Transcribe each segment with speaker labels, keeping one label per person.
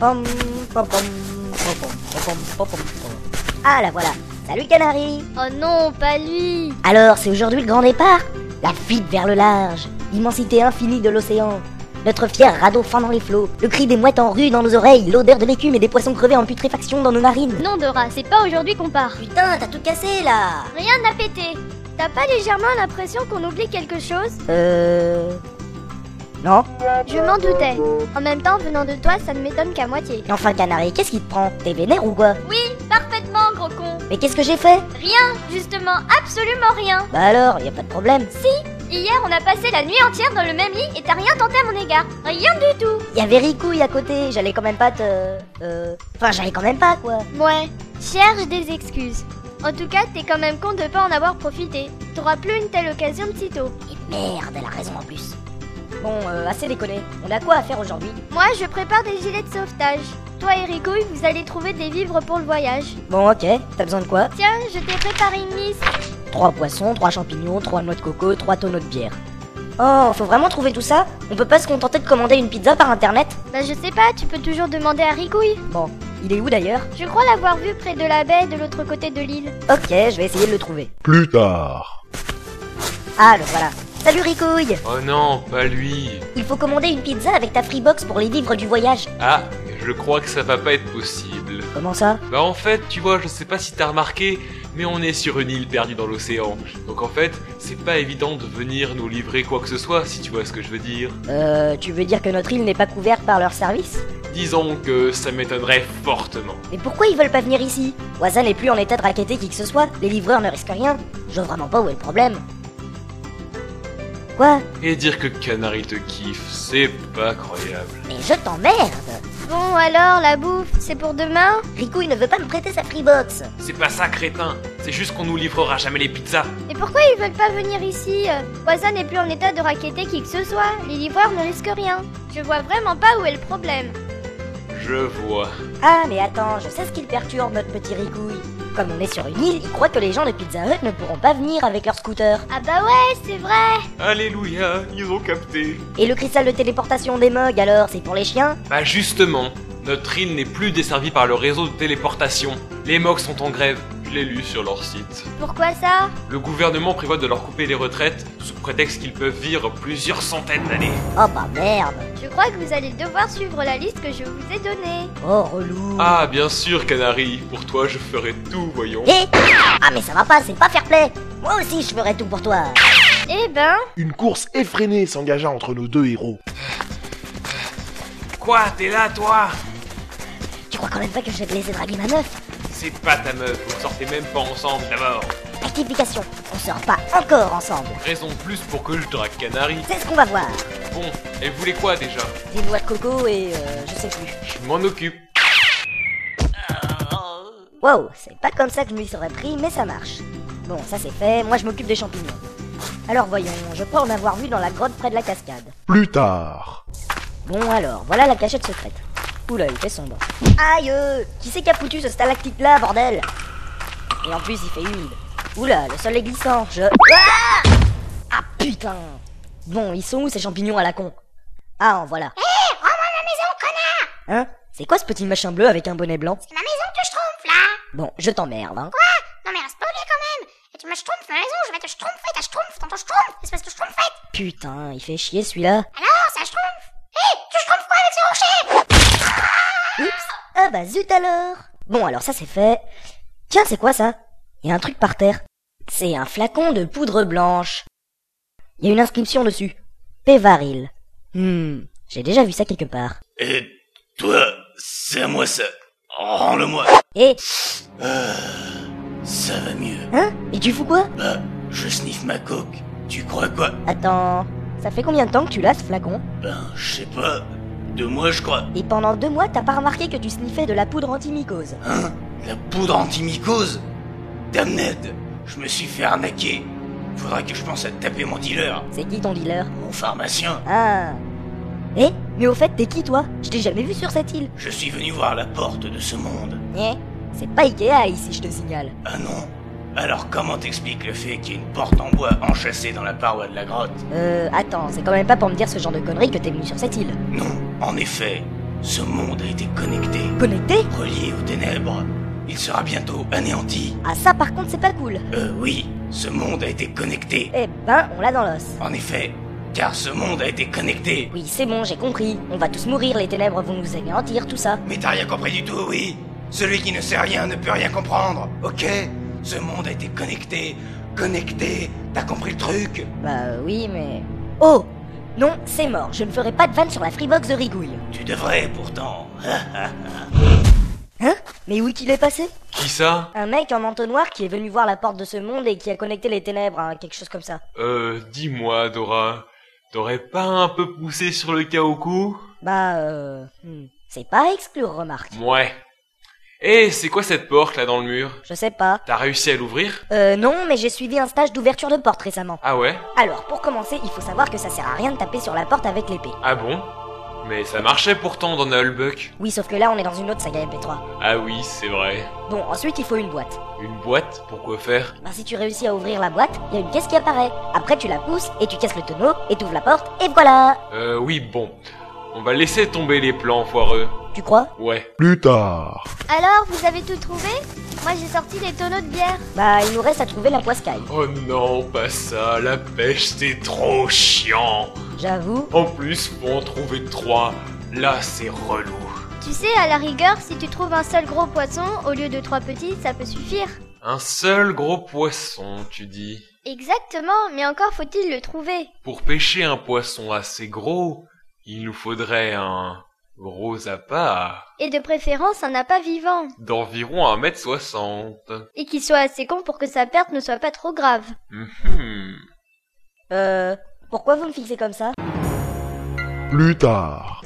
Speaker 1: Pom, pom, pom, pom, pom, pom, pom, pom, pom.
Speaker 2: Ah la voilà Salut le Canari
Speaker 3: Oh non, pas lui
Speaker 2: Alors, c'est aujourd'hui le grand départ La fuite vers le large, l'immensité infinie de l'océan. Notre fier radeau fin dans les flots, le cri des mouettes en rue dans nos oreilles, l'odeur de l'écume et des poissons crevés en putréfaction dans nos narines.
Speaker 3: Non, Dora, c'est pas aujourd'hui qu'on part.
Speaker 2: Putain, t'as tout cassé là
Speaker 3: Rien n'a pété. T'as pas légèrement l'impression qu'on oublie quelque chose
Speaker 2: Euh... Non
Speaker 3: Je m'en doutais. En même temps, venant de toi, ça ne m'étonne qu'à moitié.
Speaker 2: Mais Enfin Canari, qu'est-ce qui te prend T'es vénère ou quoi
Speaker 3: Oui, parfaitement, gros con.
Speaker 2: Mais qu'est-ce que j'ai fait
Speaker 3: Rien, justement, absolument rien.
Speaker 2: Bah alors, y a pas de problème.
Speaker 3: Hier, on a passé la nuit entière dans le même lit et t'as rien tenté à mon égard. Rien du tout.
Speaker 2: Y avait Ricouille à côté, j'allais quand même pas te... Euh... Enfin, j'allais quand même pas quoi.
Speaker 3: Ouais, cherche des excuses. En tout cas, t'es quand même con de pas en avoir profité. T'auras plus une telle occasion de sitôt.
Speaker 2: Merde, elle a raison en plus. Bon, euh, assez déconné. On a quoi à faire aujourd'hui
Speaker 3: Moi, je prépare des gilets de sauvetage. Toi et Ricouille, vous allez trouver des vivres pour le voyage.
Speaker 2: Bon, ok. T'as besoin de quoi
Speaker 3: Tiens, je t'ai préparé une liste.
Speaker 2: Trois poissons, trois champignons, trois noix de coco, trois tonneaux de bière. Oh, faut vraiment trouver tout ça On peut pas se contenter de commander une pizza par internet
Speaker 3: Bah, je sais pas, tu peux toujours demander à Ricouille.
Speaker 2: Bon, il est où d'ailleurs
Speaker 3: Je crois l'avoir vu près de la baie de l'autre côté de l'île.
Speaker 2: Ok, je vais essayer de le trouver.
Speaker 4: Plus tard.
Speaker 2: Ah, le voilà. Salut Ricouille
Speaker 5: Oh non, pas lui
Speaker 2: Il faut commander une pizza avec ta Freebox pour les vivres du voyage.
Speaker 5: Ah, je crois que ça va pas être possible.
Speaker 2: Comment ça
Speaker 5: Bah en fait, tu vois, je sais pas si t'as remarqué, mais on est sur une île perdue dans l'océan. Donc en fait, c'est pas évident de venir nous livrer quoi que ce soit, si tu vois ce que je veux dire.
Speaker 2: Euh, tu veux dire que notre île n'est pas couverte par leur service
Speaker 5: Disons que ça m'étonnerait fortement.
Speaker 2: Mais pourquoi ils veulent pas venir ici Waza n'est plus en état de raqueter qui que ce soit, les livreurs ne risquent rien. Je vois vraiment pas où est le problème. Quoi
Speaker 5: Et dire que Canary te kiffe, c'est pas croyable.
Speaker 2: Mais je t'emmerde
Speaker 3: Bon, alors, la bouffe, c'est pour demain
Speaker 2: Ricouille ne veut pas me prêter sa Freebox
Speaker 5: C'est pas ça, crétin C'est juste qu'on nous livrera jamais les pizzas
Speaker 3: Et pourquoi ils veulent pas venir ici Euh, Waza n'est plus en état de raqueter qui que ce soit. Les livreurs ne risquent rien. Je vois vraiment pas où est le problème.
Speaker 5: Je vois.
Speaker 2: Ah mais attends, je sais ce qui le perturbe notre petit Ricouille. Comme on est sur une île, il croit que les gens de Pizza Hut ne pourront pas venir avec leur scooter.
Speaker 3: Ah bah ouais, c'est vrai
Speaker 5: Alléluia, ils ont capté
Speaker 2: Et le cristal de téléportation des mugs alors, c'est pour les chiens
Speaker 5: Bah justement, notre île n'est plus desservie par le réseau de téléportation. Les MOX sont en grève, je l'ai lu sur leur site.
Speaker 3: Pourquoi ça
Speaker 5: Le gouvernement prévoit de leur couper les retraites sous prétexte qu'ils peuvent vivre plusieurs centaines d'années.
Speaker 2: Oh bah merde
Speaker 3: Je crois que vous allez devoir suivre la liste que je vous ai donnée.
Speaker 2: Oh relou
Speaker 5: Ah bien sûr, Canary, pour toi je ferai tout, voyons.
Speaker 2: Hé Ah mais ça va pas, c'est pas fair play Moi aussi je ferai tout pour toi
Speaker 3: Eh ben,
Speaker 4: Une course effrénée s'engagea entre nos deux héros.
Speaker 5: Quoi, t'es là toi
Speaker 2: Tu crois quand même pas que je vais te laisser draguer ma meuf
Speaker 5: C'est pas ta meuf, vous sortez même pas ensemble d'abord.
Speaker 2: Rectification, on sort pas encore ensemble.
Speaker 5: Raison de plus pour que je drague Canary.
Speaker 2: C'est ce qu'on va voir.
Speaker 5: Bon, elle voulait quoi déjà
Speaker 2: Des noix de coco et euh, je sais plus.
Speaker 5: Je m'en occupe.
Speaker 2: Wow, c'est pas comme ça que je m'y serais pris, mais ça marche. Bon, ça c'est fait, moi je m'occupe des champignons. Alors voyons, je crois en avoir vu dans la grotte près de la cascade.
Speaker 4: Plus tard.
Speaker 2: Bon alors, voilà la cachette secrète. Oula, il fait sombre. Aïe euh, Qui c'est qui a foutu ce stalactite là, bordel Et en plus, il fait humide. Oula, le sol est glissant, je... Ah Ah, putain Bon, ils sont où ces champignons à la con Ah, en voilà. Hein C'est quoi ce petit machin bleu avec un bonnet blanc
Speaker 6: C'est ma maison que je trompe là
Speaker 2: Bon, je t'emmerde, hein.
Speaker 6: Non mais reste poli quand même Et tu me schtroumpfes ma maison, je vais te schtroumpfer, ta schtroumpf, t'entends schtroumpf Espèce de schtroumpfette
Speaker 2: Putain, il fait chier celui-là.
Speaker 6: Alors, ça schtroumpf Hé, tu schtroumpfes quoi avec ces rochers
Speaker 2: Oups Ah bah zut alors Bon alors ça c'est fait. Tiens, c'est quoi ça Il y a un truc par terre. C'est un flacon de poudre blanche. Il y a une inscription dessus. Pévaril. Hmm, j'ai déjà vu ça quelque part.
Speaker 7: Et toi, c'est à moi ça. Rends-le-moi.
Speaker 2: Eh,
Speaker 7: Ça va mieux.
Speaker 2: hein Et tu fous quoi
Speaker 7: Bah, je sniffe ma coque. Tu crois quoi
Speaker 2: Attends, ça fait combien de temps que tu l'as ce flacon
Speaker 7: Ben, je sais pas. De moi, je crois.
Speaker 2: Et pendant deux mois, t'as pas remarqué que tu sniffais de la poudre antimycose.
Speaker 7: Hein La poudre antimycose Damned Je me suis fait arnaquer. Faudra que je pense à taper mon dealer,
Speaker 2: C'est qui ton dealer
Speaker 7: mon pharmacien.
Speaker 2: Ah. Eh, mais au fait, t'es qui toi Je t'ai jamais vu sur cette île.
Speaker 7: Je suis venu voir la porte de ce monde.
Speaker 2: Eh, c'est pas Ikea ici, je te signale.
Speaker 7: Ah non Alors comment t'expliques le fait qu'il y ait une porte en bois enchâssée dans la paroi de la grotte
Speaker 2: Euh, attends, c'est quand même pas pour me dire ce genre de conneries que t'es venu sur cette île.
Speaker 7: Non, en effet. Ce monde a été connecté,
Speaker 2: Connecté
Speaker 7: relié aux ténèbres. Il sera bientôt anéanti.
Speaker 2: Ah ça par contre c'est pas cool.
Speaker 7: Euh oui, ce monde a été connecté.
Speaker 2: Eh ben, on l'a dans l'os.
Speaker 7: En effet, car ce monde a été connecté.
Speaker 2: Oui, c'est bon, j'ai compris. On va tous mourir, les ténèbres vont nous anéantir, tout ça.
Speaker 7: Mais t'as rien compris du tout, oui Celui qui ne sait rien ne peut rien comprendre, ok Ce monde a été connecté, connecté, t'as compris le truc
Speaker 2: Bah euh, oui, mais... Oh Non, c'est mort, je ne ferai pas de vanne sur la Freebox de Rigouille.
Speaker 7: Tu devrais pourtant.
Speaker 2: Hein Mais où est qu'il est passé
Speaker 5: Qui ça
Speaker 2: Un mec en entonnoir qui est venu voir la porte de ce monde et qui a connecté les ténèbres, hein, quelque chose comme ça.
Speaker 5: Euh, dis-moi, Dora, t'aurais pas un peu poussé sur le Kaoku
Speaker 2: Bah euh... hmm, C'est pas à exclure, remarque.
Speaker 5: Ouais. Eh, c'est quoi cette porte là dans le mur
Speaker 2: Je sais pas.
Speaker 5: T'as réussi à l'ouvrir
Speaker 2: Euh non, mais j'ai suivi un stage d'ouverture de porte récemment.
Speaker 5: Ah ouais
Speaker 2: Alors, pour commencer, il faut savoir que ça sert à rien de taper sur la porte avec l'épée.
Speaker 5: Ah bon Mais ça marchait pourtant dans Nullbuck.
Speaker 2: Oui, sauf que là, on est dans une autre saga MP3.
Speaker 5: Ah oui, c'est vrai.
Speaker 2: Bon, ensuite, il faut une boîte.
Speaker 5: Une boîte Pourquoi faire
Speaker 2: Ben, si tu réussis à ouvrir la boîte, il y a une caisse qui apparaît. Après, tu la pousses et tu casses le tonneau et t'ouvres la porte et voilà
Speaker 5: Euh, oui, bon. On va laisser tomber les plans foireux.
Speaker 2: Tu crois
Speaker 5: Ouais.
Speaker 4: Plus tard.
Speaker 3: Alors, vous avez tout trouvé Moi, j'ai sorti les tonneaux de bière.
Speaker 2: Bah, il nous reste à trouver la poiscaille.
Speaker 5: Oh non, pas ça, la pêche c'est trop chiant.
Speaker 2: J'avoue.
Speaker 5: En plus, pour en trouver trois, là c'est relou.
Speaker 3: Tu sais, à la rigueur, si tu trouves un seul gros poisson au lieu de trois petits, ça peut suffire.
Speaker 5: Un seul gros poisson, tu dis.
Speaker 3: Exactement, mais encore faut-il le trouver.
Speaker 5: Pour pêcher un poisson assez gros, il nous faudrait un gros appât
Speaker 3: Et de préférence un appât vivant.
Speaker 5: d'environ 1m60.
Speaker 3: Et qu'il soit assez con pour que sa perte ne soit pas trop grave.
Speaker 5: Mhm.
Speaker 2: Euh. Pourquoi vous me fixez comme ça
Speaker 4: Plus tard.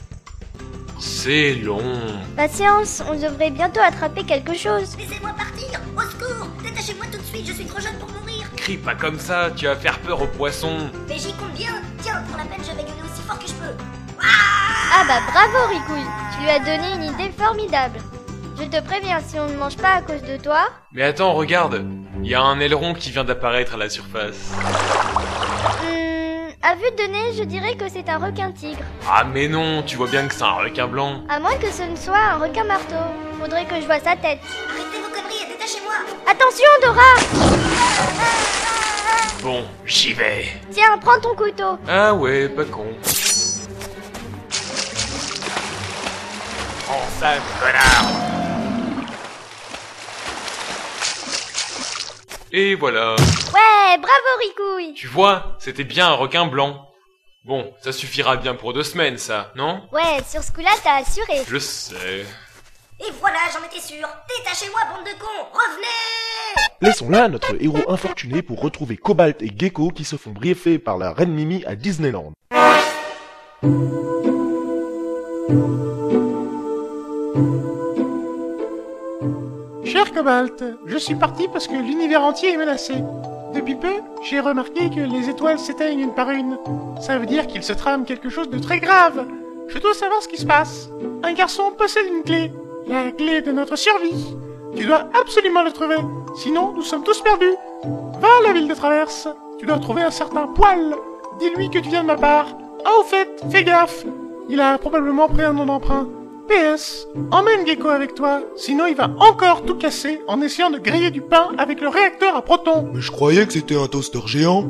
Speaker 5: C'est long.
Speaker 3: Patience, on devrait bientôt attraper quelque chose.
Speaker 6: Laissez-moi partir Au secours Détachez-moi tout de suite, je suis trop jeune pour mourir
Speaker 5: Crie pas comme ça, tu vas faire peur aux poissons.
Speaker 6: Mais j'y compte bien Tiens, pour la peine, je vais gueuler aussi fort que je peux
Speaker 3: Ah bah bravo Ricouille, tu lui as donné une idée formidable. Je te préviens, si on ne mange pas à cause de toi,
Speaker 5: Mais attends, regarde, il y a un aileron qui vient d'apparaître à la surface.
Speaker 3: hmm, à vue de nez, je dirais que c'est un requin tigre.
Speaker 5: Ah mais non, tu vois bien que c'est un requin blanc.
Speaker 3: À moins que ce ne soit un requin marteau. Faudrait que je vois sa tête.
Speaker 6: Arrêtez vos conneries et détachez-moi
Speaker 3: Attention Dora
Speaker 5: Bon, j'y vais.
Speaker 3: Tiens, prends ton couteau.
Speaker 5: Ah ouais, pas con. Prends ça, connard Et voilà.
Speaker 3: Ouais, bravo Ricouille
Speaker 5: Tu vois, c'était bien un requin blanc. Bon, ça suffira bien pour deux semaines, ça, non
Speaker 3: Ouais, sur ce coup-là, t'as assuré.
Speaker 5: Je sais.
Speaker 6: Et voilà, j'en étais sûr Détachez-moi, bande de cons Revenez
Speaker 4: Laissons là notre héros infortuné pour retrouver Cobalt et Gecko qui se font briefer par la reine Mimi à Disneyland.
Speaker 8: Cher Cobalt, je suis parti parce que l'univers entier est menacé. Depuis peu, j'ai remarqué que les étoiles s'éteignent une par une. Ça veut dire qu'il se trame quelque chose de très grave. Je dois savoir ce qui se passe. Un garçon possède une clé. La clé de notre survie. Tu dois absolument le trouver. Sinon, nous sommes tous perdus. Va à la ville de traverse. Tu dois trouver un certain poil. Dis-lui que tu viens de ma part. Ah, au fait, fais gaffe. Il a probablement pris un nom d'emprunt. PS, emmène Gecko avec toi, sinon il va encore tout casser en essayant de griller du pain avec le réacteur à protons.
Speaker 9: Mais je croyais que c'était un toaster géant.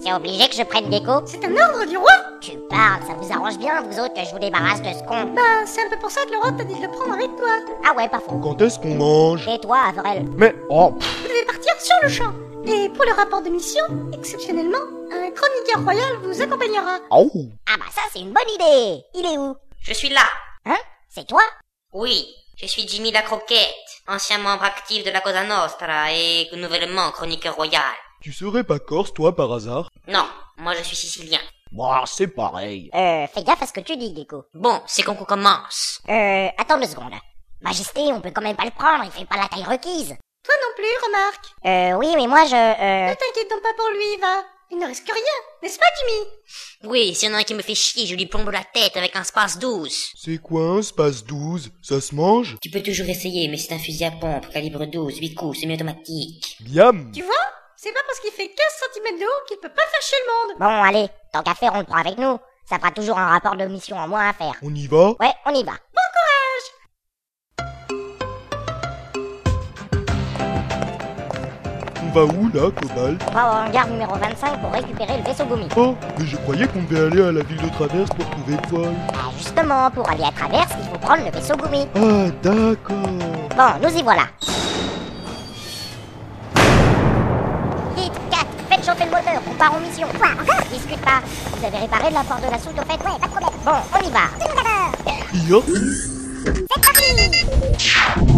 Speaker 6: C'est obligé que je prenne Gecko
Speaker 10: C'est un ordre du roi
Speaker 6: Tu parles, ça vous arrange bien, vous autres, que je vous débarrasse de ce con
Speaker 10: Ben, c'est un peu pour ça que le roi t'a dit de le prendre avec toi.
Speaker 6: Ah ouais, pas faux
Speaker 9: Quand est-ce qu'on mange
Speaker 6: Et toi, Avrel
Speaker 4: Mais oh, pff,
Speaker 10: Vous devez partir sur le champ. Et pour le rapport de mission, exceptionnellement, un chroniqueur royal vous accompagnera.
Speaker 9: Aou
Speaker 6: Ah bah ça, c'est une bonne idée Il est où
Speaker 11: Je suis là.
Speaker 6: Hein C'est toi
Speaker 11: Oui, je suis Jimmy la Croquette, ancien membre actif de la Cosa Nostra et nouvellement chroniqueur royal.
Speaker 9: Tu serais pas corse, toi, par hasard
Speaker 11: Non, moi je suis sicilien.
Speaker 9: Bah, c'est pareil.
Speaker 6: Euh, fais gaffe à ce que tu dis, Gecko.
Speaker 11: Bon, c'est qu'on commence.
Speaker 6: Euh, attends deux secondes. Majesté, on peut quand même pas le prendre, il fait pas la taille requise.
Speaker 10: Toi non plus, remarque.
Speaker 6: Euh, oui, mais moi je...
Speaker 10: Ne
Speaker 6: Euh...
Speaker 10: t'inquiète donc pas pour lui, va. Il ne risque rien, n'est-ce pas, Jimmy
Speaker 11: Oui, s'il y en a un qui me fait chier, je lui plombe la tête avec un space 12.
Speaker 9: C'est quoi un space 12 Ça se mange
Speaker 11: Tu peux toujours essayer, mais c'est un fusil à pompe, calibre 12, 8 coups, semi-automatique.
Speaker 9: Miam
Speaker 10: Tu vois C'est pas parce qu'il fait 15 cm de haut qu'il peut pas faire chier le monde.
Speaker 6: Bon, allez, tant qu'à faire, on le prend avec nous. Ça fera toujours un rapport de mission en moins à faire.
Speaker 9: On y va
Speaker 6: Ouais, on y va.
Speaker 9: On va où là, Cobalt
Speaker 6: On va au hangar numéro 25 pour récupérer le vaisseau Gumi.
Speaker 9: Oh, mais je croyais qu'on devait aller à la ville de Traverse pour trouver Paul.
Speaker 6: Ah, justement, pour aller à Traverse, il faut prendre le vaisseau Gumi.
Speaker 9: Ah, d'accord.
Speaker 6: Bon, nous y voilà. Vite, Kat, faites chauffer le moteur, on part en mission. Quoi, encore Discute pas. Vous avez réparé l'apport de la soude, au fait Ouais, pas de problème. Bon, on y va.
Speaker 9: Yop.
Speaker 6: C'est parti